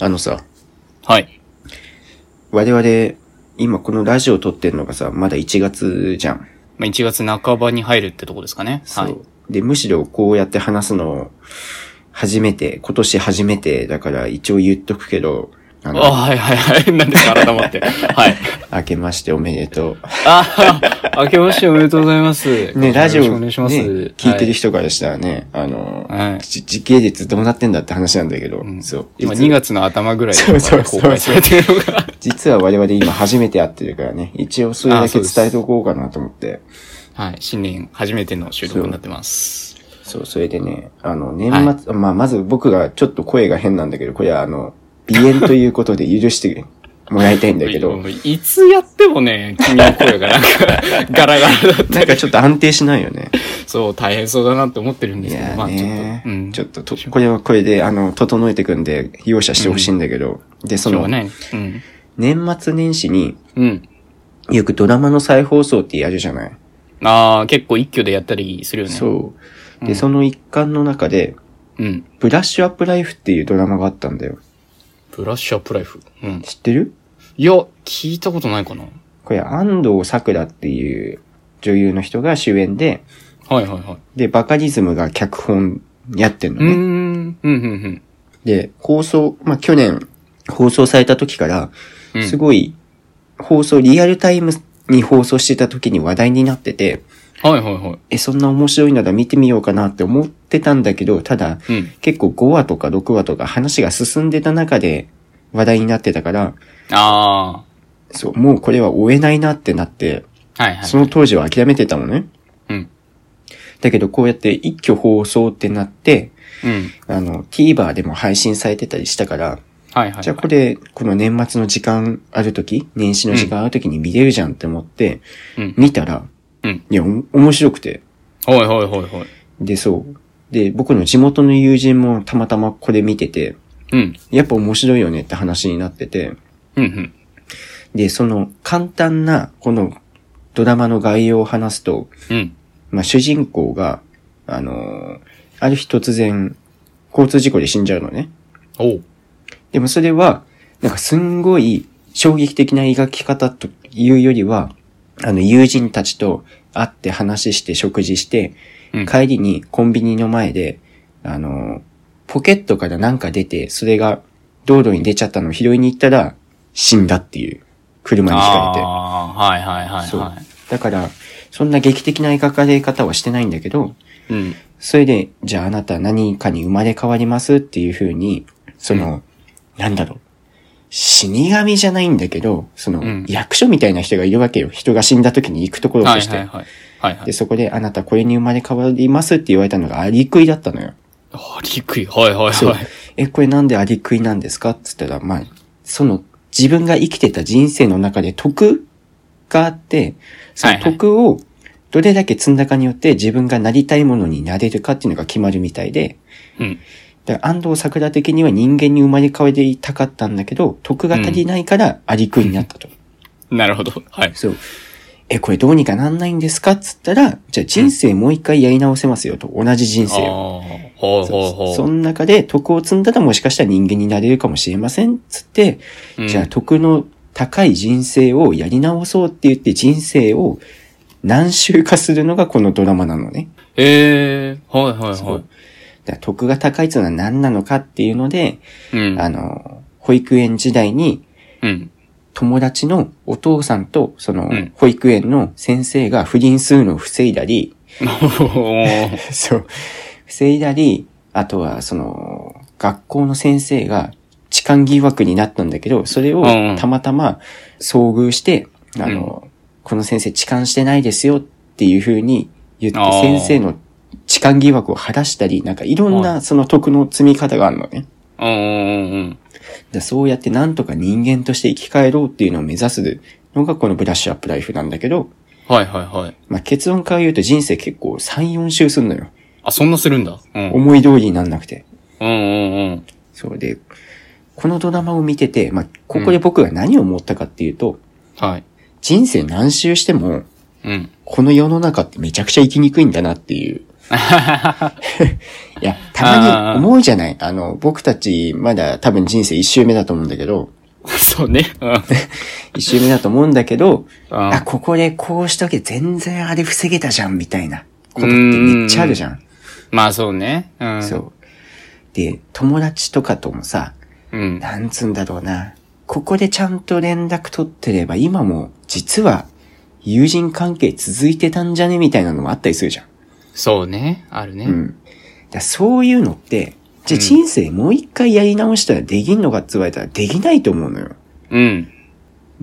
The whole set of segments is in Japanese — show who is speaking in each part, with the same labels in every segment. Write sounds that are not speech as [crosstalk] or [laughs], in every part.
Speaker 1: あのさ、
Speaker 2: はい。
Speaker 1: 我々、今このラジオ撮ってるのがさ、まだ1月じゃん。
Speaker 2: まあ、1月半ばに入るってとこですかね。
Speaker 1: そう。
Speaker 2: はい。
Speaker 1: で、むしろこうやって話すの、初めて、今年初めて、だから一応言っとくけど、あ
Speaker 2: あ
Speaker 1: の、
Speaker 2: はいはいはい。 [laughs] なんですか改まって。はい。
Speaker 1: 明けましておめでと
Speaker 2: ああ、明けましておめでとうございます。 [laughs]
Speaker 1: う。ね、ラジオ、
Speaker 2: よろしくお願
Speaker 1: ね、
Speaker 2: いします。
Speaker 1: 聞いてる人からしたらね、あの、
Speaker 2: はい
Speaker 1: じ時系列どうなってんだって話なんだけど、
Speaker 2: はい、
Speaker 1: そう。
Speaker 2: 今
Speaker 1: 実
Speaker 2: 2月の頭ぐらい
Speaker 1: そ
Speaker 2: で
Speaker 1: うそうそう
Speaker 2: 公開されてるのが。
Speaker 1: 実は我々今初めて会ってるからね、一応それだけ伝えておこうかなと思って。
Speaker 2: はい。新年初めての収録になってます。
Speaker 1: そう、それでね、あの、年末、まあ、まず僕がちょっと声が変なんだけど、これはあの、鼻炎ということで許してもらいたいんだけど、
Speaker 2: いいつやってもね、君の声がなんか [laughs] ガラガラだって。
Speaker 1: なんかちょっと安定しないよ
Speaker 2: [laughs]
Speaker 1: ね。
Speaker 2: そう、大変そうだなって思ってるんで
Speaker 1: い
Speaker 2: すけど、
Speaker 1: や
Speaker 2: ま
Speaker 1: ー
Speaker 2: あちょっ
Speaker 1: ね
Speaker 2: と、うん。
Speaker 1: ちょっとと、これはこれで、あの、整えていくんで、容赦してほしいんだけど、で、そ
Speaker 2: しょうが
Speaker 1: の、
Speaker 2: ない。うん。
Speaker 1: 年末年始に、
Speaker 2: うん。
Speaker 1: よくドラマの再放送ってやるじゃない。
Speaker 2: ああ、結構一挙でやったりするよね。う。
Speaker 1: そう。
Speaker 2: う
Speaker 1: で、
Speaker 2: ん
Speaker 1: その一環の中で、
Speaker 2: うん。
Speaker 1: ブラッシュアップライフっていうドラマがあったんだよ。
Speaker 2: ブラッシュアップライフ。うん。
Speaker 1: 知ってる
Speaker 2: いや、聞いたことないかな。
Speaker 1: これ、安藤桜っていう女優の人が主演で、
Speaker 2: はいはいはい。
Speaker 1: で、バカリズムが脚本やってんの
Speaker 2: うー
Speaker 1: ね。
Speaker 2: ん。うん、うん、
Speaker 1: で、放送、まあ、去年放送された時から、
Speaker 2: うん。
Speaker 1: すごい、放送、リアルタイムに放送してた時に話題になってて、
Speaker 2: うん。はいはいは
Speaker 1: え、そんな面白いなら見てみようかなって思ってたんだけど、ただ、
Speaker 2: い。うん。
Speaker 1: 結構5話とか6話とか話が進んでた中で話題になってたから、
Speaker 2: あ
Speaker 1: そう、もうこれは追えないなってなって、
Speaker 2: あ。はいはい
Speaker 1: そ。の当時は諦めてたのね。
Speaker 2: うん。
Speaker 1: だけどこうやって一挙放送ってなって、
Speaker 2: うん。
Speaker 1: あの、TVer でも配信されてたりしたから、
Speaker 2: はいはい。
Speaker 1: じゃあこれ、この年末の時間ある時、年始の時間ある時に見れるじゃんって思って、
Speaker 2: うん。
Speaker 1: 見たら、
Speaker 2: うん
Speaker 1: いや、お面白くて。
Speaker 2: はいはいはいはい。
Speaker 1: で、そう。で、僕の地元の友人もたまたまこれ見てて、
Speaker 2: うん。
Speaker 1: やっぱ面白いよねって話になってて、
Speaker 2: うん、うん。
Speaker 1: で、その簡単な、このドラマの概要を話すと、
Speaker 2: うん。
Speaker 1: まあ、主人公が、あのーある日突然、交通事故で死んじゃうのね。
Speaker 2: おう。
Speaker 1: でもそれは、なんかすんごい衝撃的な描き方というよりは、あの友人たちと会って話して食事して、
Speaker 2: うん
Speaker 1: 帰りにコンビニの前で、あの、ポケットからなんか出て、それが道路に出ちゃったのを拾いに行ったら、死んだっていう。車にひかれて。
Speaker 2: ああー、はいはいはい
Speaker 1: そう
Speaker 2: は
Speaker 1: だから、そんな劇的な描かれ方はしてないんだけど、
Speaker 2: い。うん。
Speaker 1: それで、じゃああなた何かに生まれ変わりますっていう風に、その、なんだろう。死神じゃないんだけど、その、
Speaker 2: うん
Speaker 1: 役所みたいな人がいるわけよ。人が死んだ時に行くところ
Speaker 2: は
Speaker 1: と
Speaker 2: い
Speaker 1: して。
Speaker 2: はいはい。はいは
Speaker 1: で、
Speaker 2: い。
Speaker 1: そこで、あなたこれに生まれ変わりますって言われたのがアリクイだったのよ。
Speaker 2: ありくい。はいはい
Speaker 1: そう
Speaker 2: はい。
Speaker 1: え、これなんでアリクイなんですかって言ったら、まあ、その、自分が生きてた人生の中で徳があって、そ
Speaker 2: は
Speaker 1: の
Speaker 2: いはい
Speaker 1: 徳をどれだけ積んだかによって自分がなりたいものになれるかっていうのが決まるみたいで、
Speaker 2: うん。
Speaker 1: だから安藤桜的には人間に生まれ変わりたかったんだけど、徳が足りないからアリクイになった
Speaker 2: [laughs]
Speaker 1: と。
Speaker 2: なるほど。はい。
Speaker 1: そう。え、これどうにかなんないんですかっつったら、じゃあ人生もう一回やり直せますよと。同じ人
Speaker 2: ああ
Speaker 1: 生
Speaker 2: ー、
Speaker 1: を。
Speaker 2: ほうほうほ。
Speaker 1: そうその中で徳を積んだらもしかしたら人間になれるかもしれませんっつって、
Speaker 2: うん
Speaker 1: じゃあ徳の高い人生をやり直そうって言って人生を何周かするのがこのドラマなのね。
Speaker 2: ええー、はいはい
Speaker 1: そ
Speaker 2: は
Speaker 1: う。だから徳が高いっていうのは何なのかっていうので、
Speaker 2: い。うん。
Speaker 1: あの、保育園時代に
Speaker 2: うん。 [laughs]
Speaker 1: 友達のお父さんと、その
Speaker 2: うん、
Speaker 1: 保育園の先生が不倫するのを防いだり、 [laughs]
Speaker 2: おー
Speaker 1: そう、防いだり、あとは、その、学校の先生が痴漢疑惑になったんだけど、それを
Speaker 2: うんうん
Speaker 1: たまたま遭遇して、あの、この先生痴漢してないですよっていう風に言って
Speaker 2: あ、ー
Speaker 1: 先生の痴漢疑惑を晴らしたり、なんかいろん
Speaker 2: は
Speaker 1: なその徳の積み方があるのね。
Speaker 2: うんうんうん
Speaker 1: でそうやってなんとか人間として生き返ろうっていうのを目指すのがこのブラッシュアップライフなんだけど、
Speaker 2: うん。はいはいはい。
Speaker 1: まあ、結論から言うと人生結構3、4周すんのよ。
Speaker 2: あ、そんなするんだ。うん。うん
Speaker 1: 思い通りになんなくて。
Speaker 2: うんうん。
Speaker 1: そうで、このドラマを見てて、まあ、ここで僕が何を思ったかっていうと、
Speaker 2: はい。
Speaker 1: 人生何周しても、
Speaker 2: うん。 [laughs]
Speaker 1: この世の中ってめちゃくちゃ生きにくいんだなっていう。いや、たまに思うじゃないあの、僕たちまだ多分人生一周目だと思うんだけど、
Speaker 2: そうね。うん。
Speaker 1: 一周目だと思うんだけど、
Speaker 2: うん
Speaker 1: あ、ここでこうしとけ全然あれ防げたじゃん、みたいなことってめっちゃあるじゃん。
Speaker 2: まあそうね。うん。
Speaker 1: そう。で、友達とかともさ、
Speaker 2: うん。
Speaker 1: なんつうんだろうな。ここでちゃんと連絡取ってれば、今も実は友人関係続いてたんじゃねみたいなのもあったりするじゃん。
Speaker 2: そうね。あるね。
Speaker 1: うん。だからそういうのって、じゃあ人生もう一回やり直したらできんのかって言われたらできないと思うのよ。
Speaker 2: うん。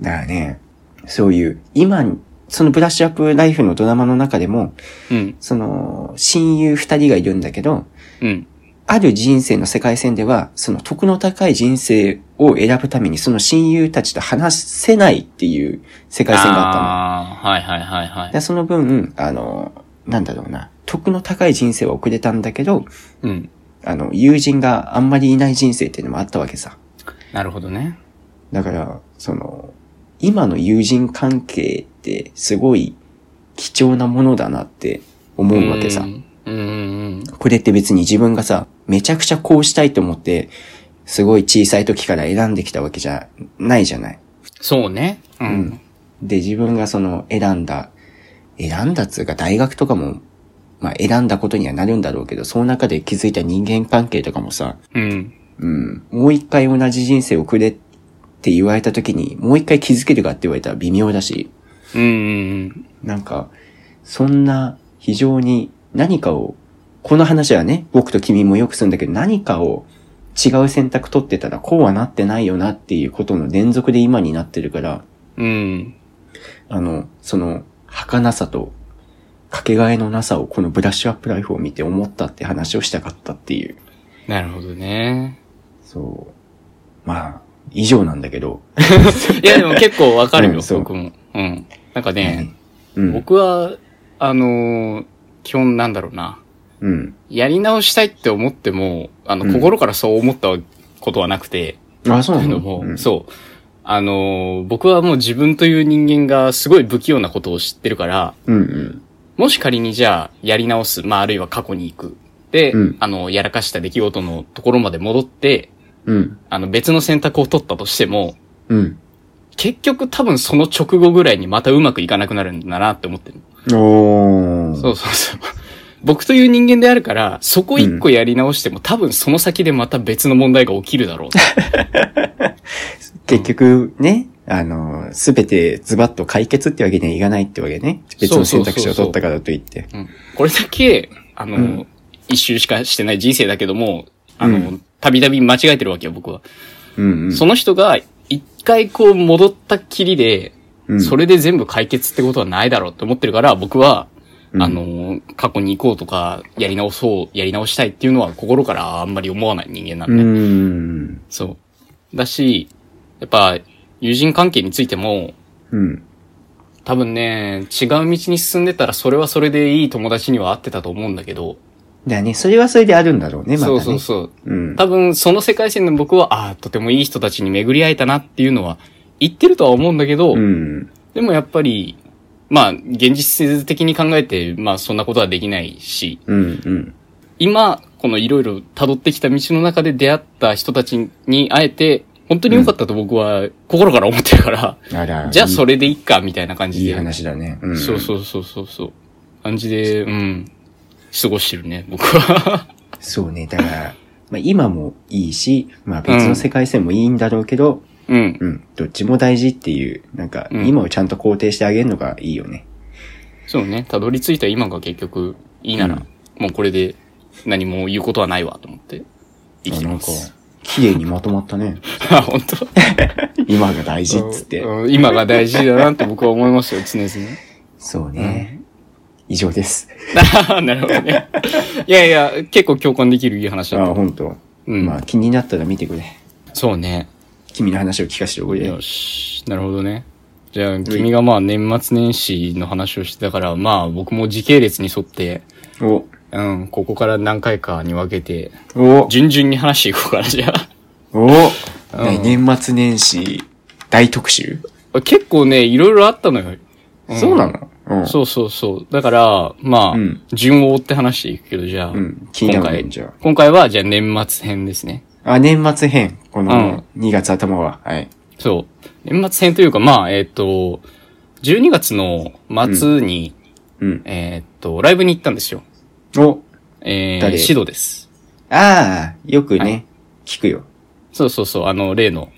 Speaker 1: だからね、そういう、今、そのブラッシュアップライフのドラマの中でも、
Speaker 2: うん。
Speaker 1: その、親友二人がいるんだけど、
Speaker 2: うん。
Speaker 1: ある人生の世界線では、その得の高い人生を選ぶために、その親友たちと話せないっていう世界線があったの。
Speaker 2: ああー、はいはいはいは
Speaker 1: でその分、あの、なんだろうな、得の高い人生は遅れたんだけど、
Speaker 2: い。うん。
Speaker 1: あの、友人があんまりいない人生っていうのもあったわけさ。
Speaker 2: なるほどね。
Speaker 1: だから、その、今の友人関係ってすごい貴重なものだなって思うわけさ。
Speaker 2: うんうんうん。
Speaker 1: これって別に自分がさ、めちゃくちゃこうしたいと思って、すごい小さい時から選んできたわけじゃないじゃない。
Speaker 2: そうね。う。。
Speaker 1: うんで、自分がその選んだ、選んだっつうか大学とかも、まあ選んだことにはなるんだろうけど、その中で気づいた人間関係とかもさ、
Speaker 2: うん。
Speaker 1: うん、もう一回同じ人生をくれって言われた時に、もう一回気づけるかって言われたら微妙だし、
Speaker 2: うんうん
Speaker 1: なんか、そんな非常に何かを、この話はね、僕と君もよくするんだけど、何かを違う選択取ってたらこうはなってないよなっていうことの連続で今になってるから、
Speaker 2: うん。うん。
Speaker 1: あの、その、儚さと、かけがえのなさをこのブラッシュアップライフを見て思ったって話をしたかったっていう。
Speaker 2: なるほどね。
Speaker 1: そう。まあ、以上なんだけど。
Speaker 2: いやでも結構わかる
Speaker 1: う
Speaker 2: よ
Speaker 1: ん、そう
Speaker 2: 僕も。うん。なんかね、
Speaker 1: うん。
Speaker 2: 僕は、あのー、基本なんだろうな。
Speaker 1: うん。
Speaker 2: やり直したいって思っても、あ
Speaker 1: うん
Speaker 2: の、心からそう思ったことはなくて、
Speaker 1: あ、そう
Speaker 2: とい
Speaker 1: な
Speaker 2: うの
Speaker 1: の
Speaker 2: も、
Speaker 1: うん
Speaker 2: そう。あのー、僕はもう自分という人間がすごい不器用なことを知ってるから、
Speaker 1: うんうん。
Speaker 2: もし仮にじゃあ、やり直す、まあ、あるいは過去に行く。で、
Speaker 1: うん
Speaker 2: あの、やらかした出来事のところまで戻って、
Speaker 1: うん。
Speaker 2: あの、別の選択を取ったとしても、
Speaker 1: うん。
Speaker 2: 結局多分その直後ぐらいにまたうまくいかなくなるんだなって思ってる。
Speaker 1: おー。
Speaker 2: そうそうそう。僕という人間であるから、そこ一個やり直しても、多分その先でまた別の問題が起きるだろう。
Speaker 1: 結局ね、あの、すべてズバッと解決ってわけにはいかないってわけね。別の選択肢を取ったからといって。
Speaker 2: うんこれだけ、あの、
Speaker 1: うん
Speaker 2: 一周しかしてない人生だけども、あ
Speaker 1: う
Speaker 2: の、たびたび間違えてるわけよ、僕は。
Speaker 1: うんうん。
Speaker 2: その人が、一回こう戻ったきりで、
Speaker 1: うん
Speaker 2: それで全部解決ってことはないだろうって思ってるから、僕は、
Speaker 1: うん
Speaker 2: あの、過去に行こうとか、やり直そう、やり直したいっていうのは心からあんまり思わない人間な
Speaker 1: うん
Speaker 2: で、
Speaker 1: ん。
Speaker 2: そう。だし、やっぱ、友人関係についても、
Speaker 1: うん。
Speaker 2: 多分ね、違う道に進んでたら、それはそれでいい友達には会ってたと思うんだけど、
Speaker 1: だね、それはそれであるんだろうね、また
Speaker 2: そ
Speaker 1: ね。
Speaker 2: うそうそう。
Speaker 1: うん。
Speaker 2: 多分、その世界線の僕は、ああ、とてもいい人たちに巡り会えたなっていうのは、言ってるとは思うんだけど、
Speaker 1: うん。
Speaker 2: でもやっぱり、まあ、現実的に考えて、まあ、そんなことはできないし、
Speaker 1: うん。うん。
Speaker 2: 今、このいろいろ辿ってきた道の中で出会った人たちに会えて、本当に良かったと僕は心から思ってるから、
Speaker 1: あら、
Speaker 2: じゃあそ
Speaker 1: れ。
Speaker 2: れでいっか、みたいな感じ
Speaker 1: い
Speaker 2: で。
Speaker 1: い話だね。うん。
Speaker 2: そうそうそうそうそう。感じで、うん。過ごしてるね、僕は。
Speaker 1: そうね、だから、まあ今もいいし、まあ別の世界線もいいんだろうけど、
Speaker 2: うん。
Speaker 1: うん、どっちも大事っていう、なんか、
Speaker 2: うん
Speaker 1: 今をちゃんと肯定してあげるのがいいよね。
Speaker 2: そうね。たどり着いた今が結局、いいなら、
Speaker 1: うん
Speaker 2: もうこれで何も言うことはないわ、と思って。生きてま
Speaker 1: あなん
Speaker 2: す
Speaker 1: か。綺麗にまとまったね。
Speaker 2: [laughs] あ、本当。
Speaker 1: [laughs] 今が大事っつって。
Speaker 2: うん今が大事だなって僕は思いますよ、常々。
Speaker 1: そうね。以上です。
Speaker 2: [laughs] なるほどね。いやいや、結構共感できるいい話
Speaker 1: あ
Speaker 2: だった。
Speaker 1: 本当。
Speaker 2: うん
Speaker 1: まあ気になったら見てくれ。
Speaker 2: そうね。
Speaker 1: 君の話を聞かせておくれ。
Speaker 2: よし。なるほどね。じゃあ、君がまあ年末年始の話をしてたから、まあ僕も時系列に沿って、
Speaker 1: お、
Speaker 2: うん、ここから何回かに分けて、
Speaker 1: お、
Speaker 2: 順々に話していこうかな、じゃあ。
Speaker 1: お、ね年末年始大特集、 [laughs]
Speaker 2: 結構ね、いろいろあったのよ。
Speaker 1: そうなのうん。
Speaker 2: そうそうそう。だから、まあ、
Speaker 1: うん
Speaker 2: 順を追って話していくけど、じゃあ、
Speaker 1: うん。気になるね、じゃ
Speaker 2: 今回は、じゃあ年末編ですね。
Speaker 1: あ。あ、年末編。この
Speaker 2: う
Speaker 1: 2月頭は。はい。
Speaker 2: そう。年末編というか、まあ、えっ、と、12月の末に、
Speaker 1: うん。
Speaker 2: えっ、と、ライブに行ったんですよ。
Speaker 1: お、
Speaker 2: えー、
Speaker 1: 誰
Speaker 2: シドです。
Speaker 1: ああ、よくね、
Speaker 2: はい
Speaker 1: 聞くよ。
Speaker 2: そうそうそう、あの、例の、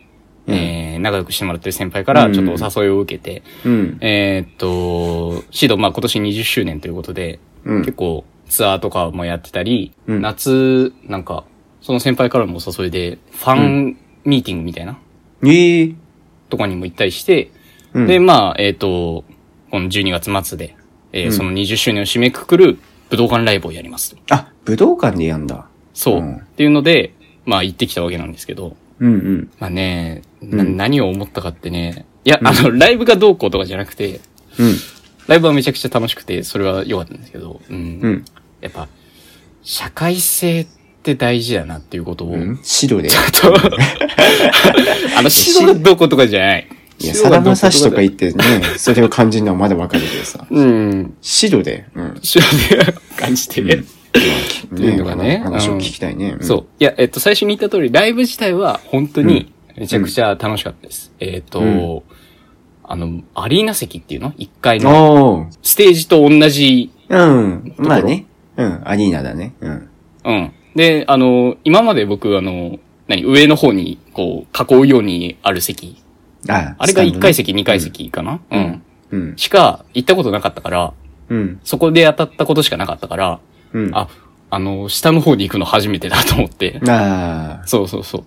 Speaker 1: うん
Speaker 2: えー、仲良くしてもらってる先輩から、ちょっとお誘いを受けて、
Speaker 1: うん。
Speaker 2: えーっと、シド、まあ今年20周年ということで、
Speaker 1: うん
Speaker 2: 結構ツアーとかもやってたり、
Speaker 1: うん
Speaker 2: 夏、なんか、その先輩からもお誘いで、ファンミーティングみたいな、
Speaker 1: ええ
Speaker 2: とかにも行ったりして、
Speaker 1: うん。
Speaker 2: で、まあ、えーっと、この12月末で、えー
Speaker 1: うん
Speaker 2: その20周年を締めくくる武道館ライブをやりますと。
Speaker 1: あ、武道館でやんだ。
Speaker 2: そう。
Speaker 1: うん
Speaker 2: っていうので、まあ行ってきたわけなんですけど、
Speaker 1: うんうん。
Speaker 2: まあね、な
Speaker 1: うん
Speaker 2: 何を思ったかってね、いや、あの、ライブがどうこうとかじゃなくて、
Speaker 1: うん。
Speaker 2: ライブはめちゃくちゃ楽しくて、それは良かったんですけど、うん。
Speaker 1: うん。
Speaker 2: やっぱ、社会性って大事だなっていうことを、
Speaker 1: う
Speaker 2: [laughs]
Speaker 1: ん。白で。
Speaker 2: とあの、指導がどうこうとかじゃない。
Speaker 1: いや、さだまさしとか
Speaker 2: 言
Speaker 1: 言ってね、それを感じるのはまだわかるけど
Speaker 2: [laughs]
Speaker 1: さ。
Speaker 2: うん。
Speaker 1: 白で。うん。
Speaker 2: 指導で感じて、
Speaker 1: うん
Speaker 2: ていうのがね
Speaker 1: 話を聞きたいね。ん
Speaker 2: そう。。いや、えっと、最初に言った通り、ライブ自体は本当にめちゃくちゃ楽しかったです。えっと、
Speaker 1: うん
Speaker 2: あの、アリーナ席っていうの ?1 階の。
Speaker 1: おー。
Speaker 2: ステージと同じ
Speaker 1: うん。まあね。うん。アリーナだね。うん。
Speaker 2: うん。で、あの、今まで僕、あの、何、上の方に、こう、囲うようにある席。
Speaker 1: あ
Speaker 2: あれが1階席、2
Speaker 1: 二
Speaker 2: 階。席かな、うん、
Speaker 1: んうん。
Speaker 2: しか、行ったことなかったから、
Speaker 1: うん。
Speaker 2: そこで当たったことしかなかったから、
Speaker 1: うん。あ
Speaker 2: あ、あの、下の方に行くの初めてだと思って。
Speaker 1: あー。
Speaker 2: そうそうそう。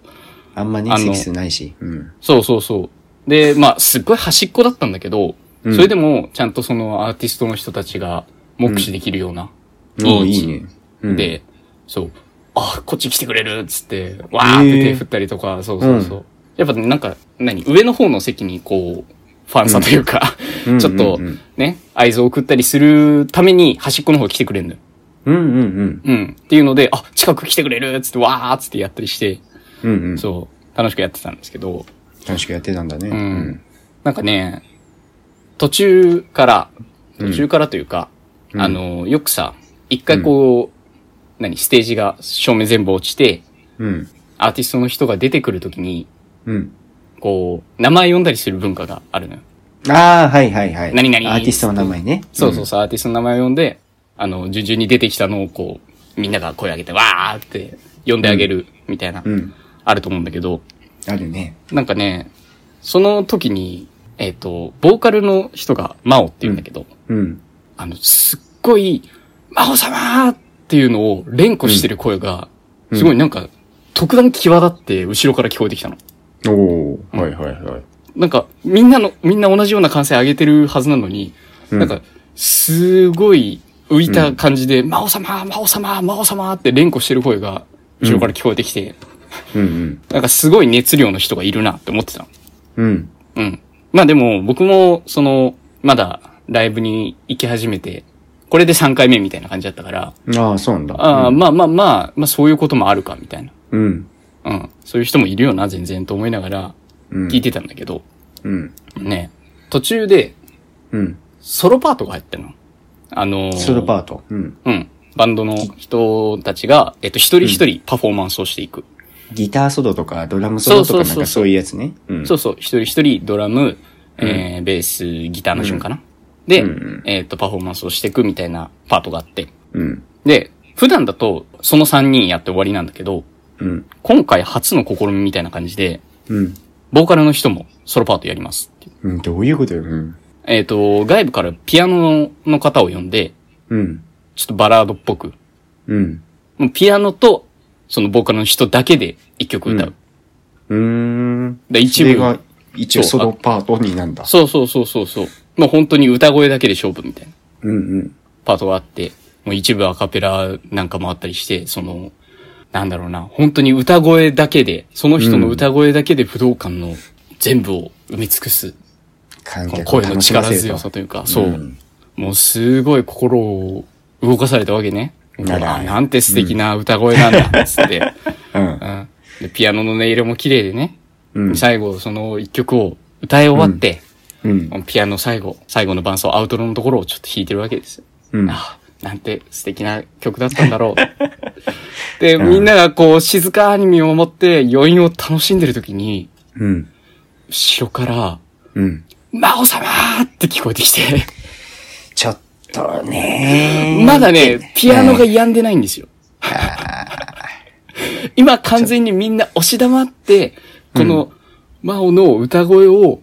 Speaker 1: あんま
Speaker 2: あ
Speaker 1: ね、
Speaker 2: の
Speaker 1: 席数ないし。うん。
Speaker 2: そうそうそう。で、まあ、すっごい端っこだったんだけど、
Speaker 1: うん
Speaker 2: それでも、ちゃんとそのアーティストの人たちが目視できるような、
Speaker 1: おー
Speaker 2: いい
Speaker 1: い
Speaker 2: 位置
Speaker 1: いね。うん。
Speaker 2: で、そう、あ、こっち来てくれるっつって、わーって手振ったりとか、そうそうそう。やっぱなんか、何上の方の席にこう、ファンさというか、
Speaker 1: うん、
Speaker 2: ちょっと
Speaker 1: うん
Speaker 2: ね、合図を送ったりするために端っこの方来てくれるのよ。
Speaker 1: うんうん。
Speaker 2: うん。っていうので、あ、近く来てくれるっつって、わーっつってやったりして、
Speaker 1: うんうん。
Speaker 2: そう、楽しくやってたんですけど、
Speaker 1: 楽しくやってたんだね。
Speaker 2: うん。なんかね、途中から、
Speaker 1: うん
Speaker 2: 途中からというか、
Speaker 1: うん
Speaker 2: あの、よくさ、一回こう、何、ステージが照明全部落ちて、
Speaker 1: うん。
Speaker 2: アーティストの人が出てくるときに、
Speaker 1: うん。
Speaker 2: こう、名前呼んだりする文化があるのよ。
Speaker 1: ああ、はいはいはい。
Speaker 2: 何々
Speaker 1: アーティストの名前ね。
Speaker 2: そうそうそう、アーティストの名前を呼んで、あの、順々に出てきたのをこう、みんなが声上げて、わーって呼んであげる、みたいな、
Speaker 1: うん。うん。
Speaker 2: あると思うんだけど、
Speaker 1: あるね。
Speaker 2: なんかね、その時に、えっ、と、ボーカルの人が、マオって言うんだけど、
Speaker 1: うん。
Speaker 2: あの、すっごい、マオ様っていうのを連呼してる声が、
Speaker 1: うん
Speaker 2: すごいなんか、特段際立って後ろから聞こえてきたの。
Speaker 1: おおはいはいはい。
Speaker 2: なんか、みんなの、みんな同じような感性上げてるはずなのに、
Speaker 1: うん
Speaker 2: なんか、すごい浮いた感じで、魔王様魔王様魔王様って連呼してる声が、後ろから聞こえてきて、
Speaker 1: うん
Speaker 2: なんかすごい熱量の人がいるなって思ってたの。
Speaker 1: うん。うん。
Speaker 2: うん。まあでも、僕も、その、まだ、ライブに行き始めて、これで3回目みたいな感じだったから、
Speaker 1: ああ、そうなんだ。
Speaker 2: ああ、まあまあまあ、まあそういうこともあるか、みたいな。
Speaker 1: うん。
Speaker 2: うん。そういう人もいるよな、全然と思いながら、
Speaker 1: うん。
Speaker 2: 聞いてたんだけど、
Speaker 1: うん。
Speaker 2: ね、途中で、
Speaker 1: うん。
Speaker 2: ソロパートが入ったの。あのー
Speaker 1: ソロパート。うん。
Speaker 2: うん。バンドの人たちが、えっと、一人一人パフォーマンスをしていく。
Speaker 1: ギターソロとかドラムソロと
Speaker 2: そう
Speaker 1: かな
Speaker 2: そうそうん
Speaker 1: かそういうやつね。うん。
Speaker 2: そうそう、一人一人ドラム、えー、ベース、ギターの順かな。で、
Speaker 1: うんうん
Speaker 2: えっと、パフォーマンスをしていくみたいなパートがあって。
Speaker 1: うん。
Speaker 2: で、普段だと、その3人やって終わりなんだけど、
Speaker 1: うん。
Speaker 2: 今回初の試みみたいな感じで、
Speaker 1: うん。
Speaker 2: ボーカルの人もソロパートやりますっていう。
Speaker 1: うん。どういうことよ。うん。
Speaker 2: えっ、と、外部からピアノの方を呼んで、
Speaker 1: うん。
Speaker 2: ちょっとバラードっぽく、
Speaker 1: うん。
Speaker 2: もうピアノと、そのボーカルの人だけで一曲歌う。
Speaker 1: うんうーん。
Speaker 2: で、一
Speaker 1: それ
Speaker 2: 部
Speaker 1: が。一応ソロパートになんだ。
Speaker 2: そうそうそうそうそう。もう本当に歌声だけで勝負みたいな
Speaker 1: うんうん。
Speaker 2: パートがあって、もう一部アカペラなんかもあったりして、その、なんだろうな、本当に歌声だけで、その人の歌声だけで武道館の全部を埋め尽くす、
Speaker 1: 観
Speaker 2: この
Speaker 1: 客を
Speaker 2: 声の
Speaker 1: 楽しま
Speaker 2: 力
Speaker 1: せる
Speaker 2: 強
Speaker 1: と
Speaker 2: さ。というか、そう。
Speaker 1: うん
Speaker 2: もうすごい心を動かされたわけね。
Speaker 1: なるほど
Speaker 2: あなんて素敵な歌声なんだ、
Speaker 1: [laughs]
Speaker 2: つって。
Speaker 1: うん
Speaker 2: う。んでピアノの音色も綺麗でね。
Speaker 1: うん
Speaker 2: 最後、その一曲を歌い終わって、
Speaker 1: うん。
Speaker 2: ピアノ最後、最後の伴奏、アウトロのところをちょっと弾いてるわけですよ。
Speaker 1: うん。
Speaker 2: ああ、なんて素敵な曲だったんだろう。
Speaker 1: [laughs]
Speaker 2: で、みんながこう、静かに見守って余韻を楽しんでる時に、
Speaker 1: うん。
Speaker 2: 後ろから、
Speaker 1: うん。
Speaker 2: 魔王様って聞こえてきて、
Speaker 1: ちょっとね
Speaker 2: まだね、ピアノが病んでないんですよ。今完全にみんな押し黙って、この、魔王の歌声を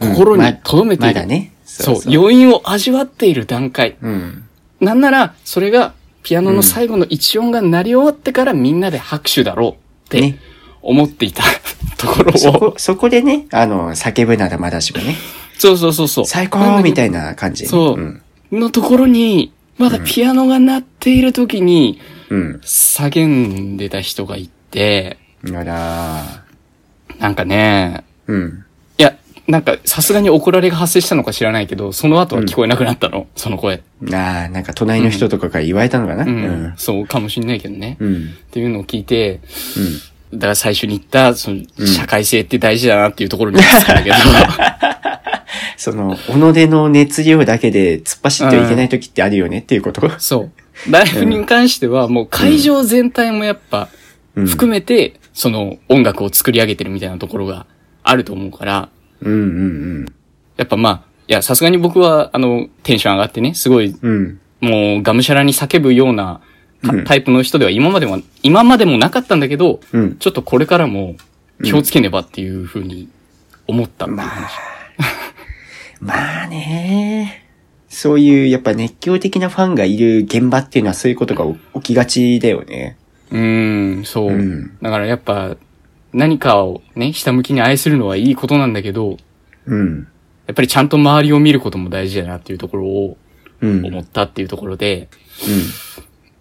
Speaker 2: 心に留めている。
Speaker 1: まだね。
Speaker 2: そう余韻を味わっている段階。
Speaker 1: うん。
Speaker 2: なんなら、それが、ピアノの最後の一音が鳴り終わってからみんなで拍手だろうって
Speaker 1: ね
Speaker 2: 思っていたところ
Speaker 1: そ
Speaker 2: を、
Speaker 1: こ、そこでね、あの、叫ぶならまだしもね、
Speaker 2: そうそうそうそう。
Speaker 1: 最高みた
Speaker 2: い
Speaker 1: いな感じ、ね。
Speaker 2: そう
Speaker 1: うん。
Speaker 2: のところに、まだピアノが鳴っている時に、
Speaker 1: うん。
Speaker 2: 叫んでた人がいて、
Speaker 1: あら
Speaker 2: なんかね、
Speaker 1: うん。
Speaker 2: いや、なんかさすがに怒られが発生したのか知らないけど、その後は聞こえなくなったの、その声。
Speaker 1: ああ、なんか隣の人とかから言われたのかな。う
Speaker 2: うん、
Speaker 1: ん。
Speaker 2: そうかもしんないけどね。
Speaker 1: うん。うん。
Speaker 2: っていうのを聞いて、だから最初に言った、その、
Speaker 1: うん
Speaker 2: 社会性って大事だなっていうところに行き着くん
Speaker 1: [laughs]
Speaker 2: だけど、
Speaker 1: その、己の熱量だけで突っ走ってはいけない時ってあるよねっていう
Speaker 2: [laughs]
Speaker 1: こと。
Speaker 2: そう。ライブに関しては、もう会場全体もやっぱ、
Speaker 1: うん。
Speaker 2: 含めて、その音楽を作り上げてるみたいなところがあると思うから、
Speaker 1: うんうん
Speaker 2: やっぱまあ、いや、さすがに僕は、あの、テンション上がってね、すごい、
Speaker 1: うん。うん。
Speaker 2: もう、がむしゃらに叫ぶようなか
Speaker 1: うん
Speaker 2: タイプの人では今までも、今までもなかったんだけど、
Speaker 1: うん。
Speaker 2: ちょっとこれからも気をつけねばっていうふうに思ったっていう
Speaker 1: まあ
Speaker 2: 話。、
Speaker 1: まあね。そういう、やっぱ熱狂的なファンがいる現場っていうのはそういうことが起きがちだよね。
Speaker 2: うーん、そ
Speaker 1: う
Speaker 2: う。
Speaker 1: ん
Speaker 2: だからやっぱ、何かをね、下向きに愛するのはいいことなんだけど、
Speaker 1: うん。
Speaker 2: やっぱりちゃんと周りを見ることも大事だなっていうところを
Speaker 1: うん。
Speaker 2: 思ったっていうところで、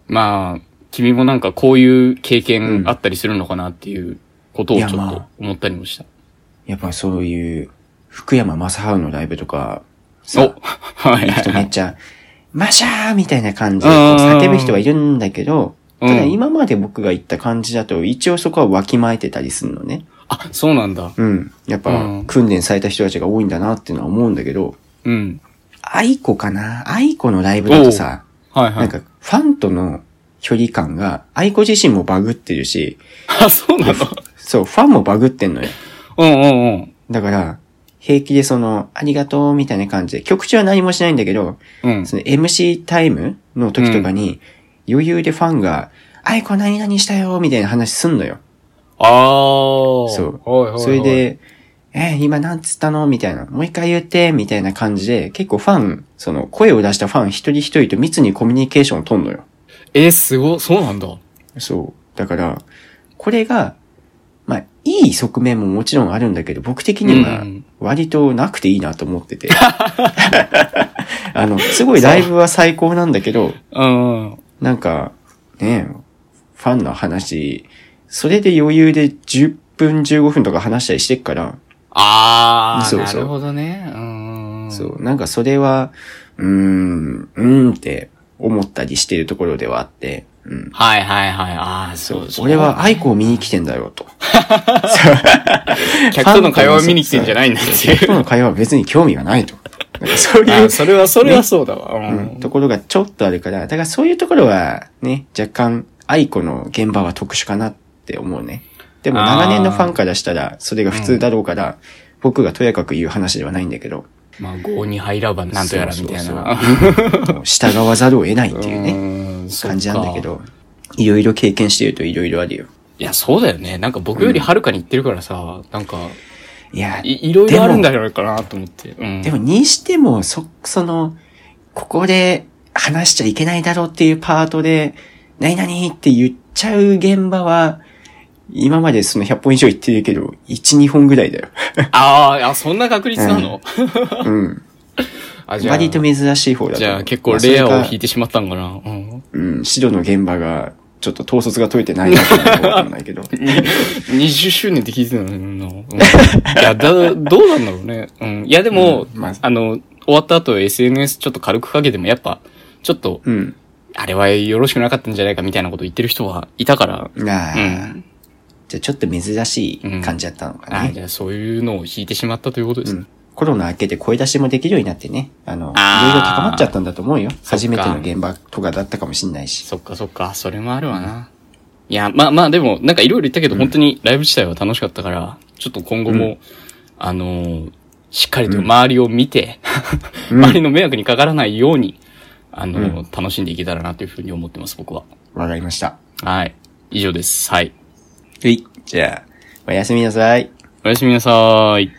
Speaker 2: まあ、君もなんかこういう経験あったりするのかなっていうことを
Speaker 1: い
Speaker 2: ちょ
Speaker 1: や
Speaker 2: っ
Speaker 1: まあ
Speaker 2: と思ったりもした。
Speaker 1: やっぱそういう、福山雅治のライブとか、
Speaker 2: お [laughs]
Speaker 1: さ、
Speaker 2: はい
Speaker 1: [laughs] 行くと
Speaker 2: は
Speaker 1: め
Speaker 2: い。
Speaker 1: っちゃ、マシャーみたいな感じでこう叫ぶ人はいるんだけど、
Speaker 2: う
Speaker 1: た
Speaker 2: ん
Speaker 1: だ今まで僕が行った感じだと、一応そこはわきまえてたりするのね。
Speaker 2: あ、そうなんだ。
Speaker 1: うん。やっ
Speaker 2: う
Speaker 1: ぱ
Speaker 2: ん、
Speaker 1: 訓練された人たちが多いんだなっていうのは思うんだけど、
Speaker 2: うん。
Speaker 1: 愛子かな愛子のライブだとさ、
Speaker 2: はいは
Speaker 1: なん
Speaker 2: い。
Speaker 1: か、ファンとの距離感が、愛子自身もバグってる
Speaker 2: [laughs]
Speaker 1: し、
Speaker 2: [laughs] あ、そうなの
Speaker 1: そう、ファンもバグってんのよ。
Speaker 2: うんうんうん。
Speaker 1: だから、平気でその、ありがとうみたいな感じで、曲中は何もしないんだけど、
Speaker 2: うん。
Speaker 1: その MC タイムの時とかに、余裕でファンが、あいこ何々したよみたいな話すんのよ。
Speaker 2: あー。
Speaker 1: そう
Speaker 2: はいはいはい。
Speaker 1: それ、で、えー今なんつったのみたいな。もう一回言って、みたいな感じで、結構ファン、その、声を出したファン一人一人と密にコミュニケーションを取んのよ。
Speaker 2: えー、すごい、そうなんだ。
Speaker 1: そう。だから、これが、まあ、いい側面ももちろんあるんだけど、僕的には
Speaker 2: うん、
Speaker 1: 割となくていいなと思って [laughs] て。あの、すごいライブは最高なんだけど、
Speaker 2: うん。
Speaker 1: なんか、ねえ、ファンの話、それで余裕で10分15分とか話したりしてっから、
Speaker 2: あー、
Speaker 1: そう
Speaker 2: な
Speaker 1: そう
Speaker 2: るほどね。うん。
Speaker 1: そう、なんかそれは、うーん、うーんって思ったりしてるところではあって、うん。
Speaker 2: はいはいはい。ああ、そうそう。
Speaker 1: 俺は愛子を見に来てんだ
Speaker 2: [laughs]
Speaker 1: よと。
Speaker 2: 客との会話を見に来てんじゃないんだっ
Speaker 1: そう
Speaker 2: てい
Speaker 1: 客
Speaker 2: う。
Speaker 1: との会話は別に興味がないと。なんかそう
Speaker 2: あ
Speaker 1: い
Speaker 2: ー
Speaker 1: う、
Speaker 2: それは、それはそうだわ。う
Speaker 1: うん、
Speaker 2: ん
Speaker 1: ところがちょっとあるから、だからそういうところはね、若干、愛子の現場は特殊かなって思うね。でも
Speaker 2: あー
Speaker 1: 長年のファンからしたら、それが普通だろうから、僕がとやかく言う話ではないんだけど、 [laughs]
Speaker 2: まあ、郷に入らばなんとやらみたいな。
Speaker 1: もう従わざるを得ないっていうね、
Speaker 2: ね
Speaker 1: 感じなんだけ。ど、いろいろ経験してるといろいろあるよ。
Speaker 2: いや、そうだよね。なんか僕よりはるかに言ってるからさ、なんか、
Speaker 1: いや、
Speaker 2: いいろいろあるんだろうかなと思って。うん。
Speaker 1: でもにしても、そ、その、ここで話しちゃいけないだろうっていうパートで、何々って言っちゃう現場は、今までその100本以上言ってるけど、1、2本ぐらいだ
Speaker 2: [laughs]
Speaker 1: よ。
Speaker 2: あーあ、そんな確率なの、
Speaker 1: うん。
Speaker 2: あ、じゃあ、
Speaker 1: 割と
Speaker 2: じ
Speaker 1: 珍しい方だと思う
Speaker 2: ゃあ結構レアを
Speaker 1: まあそ
Speaker 2: 引
Speaker 1: れ
Speaker 2: い
Speaker 1: か
Speaker 2: てしまったんかな。う
Speaker 1: う
Speaker 2: ん。
Speaker 1: ん、指導の現場が、ちょっと統率が解いてないなっていうのはわかんないけど。
Speaker 2: 20周年って聞いてたのにな、うん、いや、だ、どうなんだろうね。うん。いや、でも、
Speaker 1: うんまあ
Speaker 2: あの、終わった後 SNS ちょっと軽くかけてもやっぱ、ちょっと、
Speaker 1: うん。
Speaker 2: あれはよろしくなかったんじゃないかみたいなこと言ってる人はいたから、
Speaker 1: なあ、
Speaker 2: うん。
Speaker 1: じゃあちょっと珍しい感じだったのか
Speaker 2: あ
Speaker 1: な、
Speaker 2: じゃあそういうのを引いてしまったということですね。
Speaker 1: コロナ明けて声出しもできるようになってね、あの、いろいろ
Speaker 2: あー
Speaker 1: 高まっちゃったんだと思うよ。
Speaker 2: か
Speaker 1: 初めての現場とかだったかもしんないし。
Speaker 2: そっかそっか、それもあるわな。いや、まあまあでも、なんかいろいろ言ったけど、本当にライブ自体は楽しかったから、ちょっと今後も、
Speaker 1: うん
Speaker 2: あのーしっかりと周りを見て、
Speaker 1: うん
Speaker 2: [laughs] 周りの迷惑にかからないように、あのー
Speaker 1: う
Speaker 2: 楽しんでいけたらなというふうに思ってます、僕は。
Speaker 1: わかりました。
Speaker 2: はい。以上です。はい。
Speaker 1: はい。じゃあ、おやすみなさい。
Speaker 2: おやすみなさーい。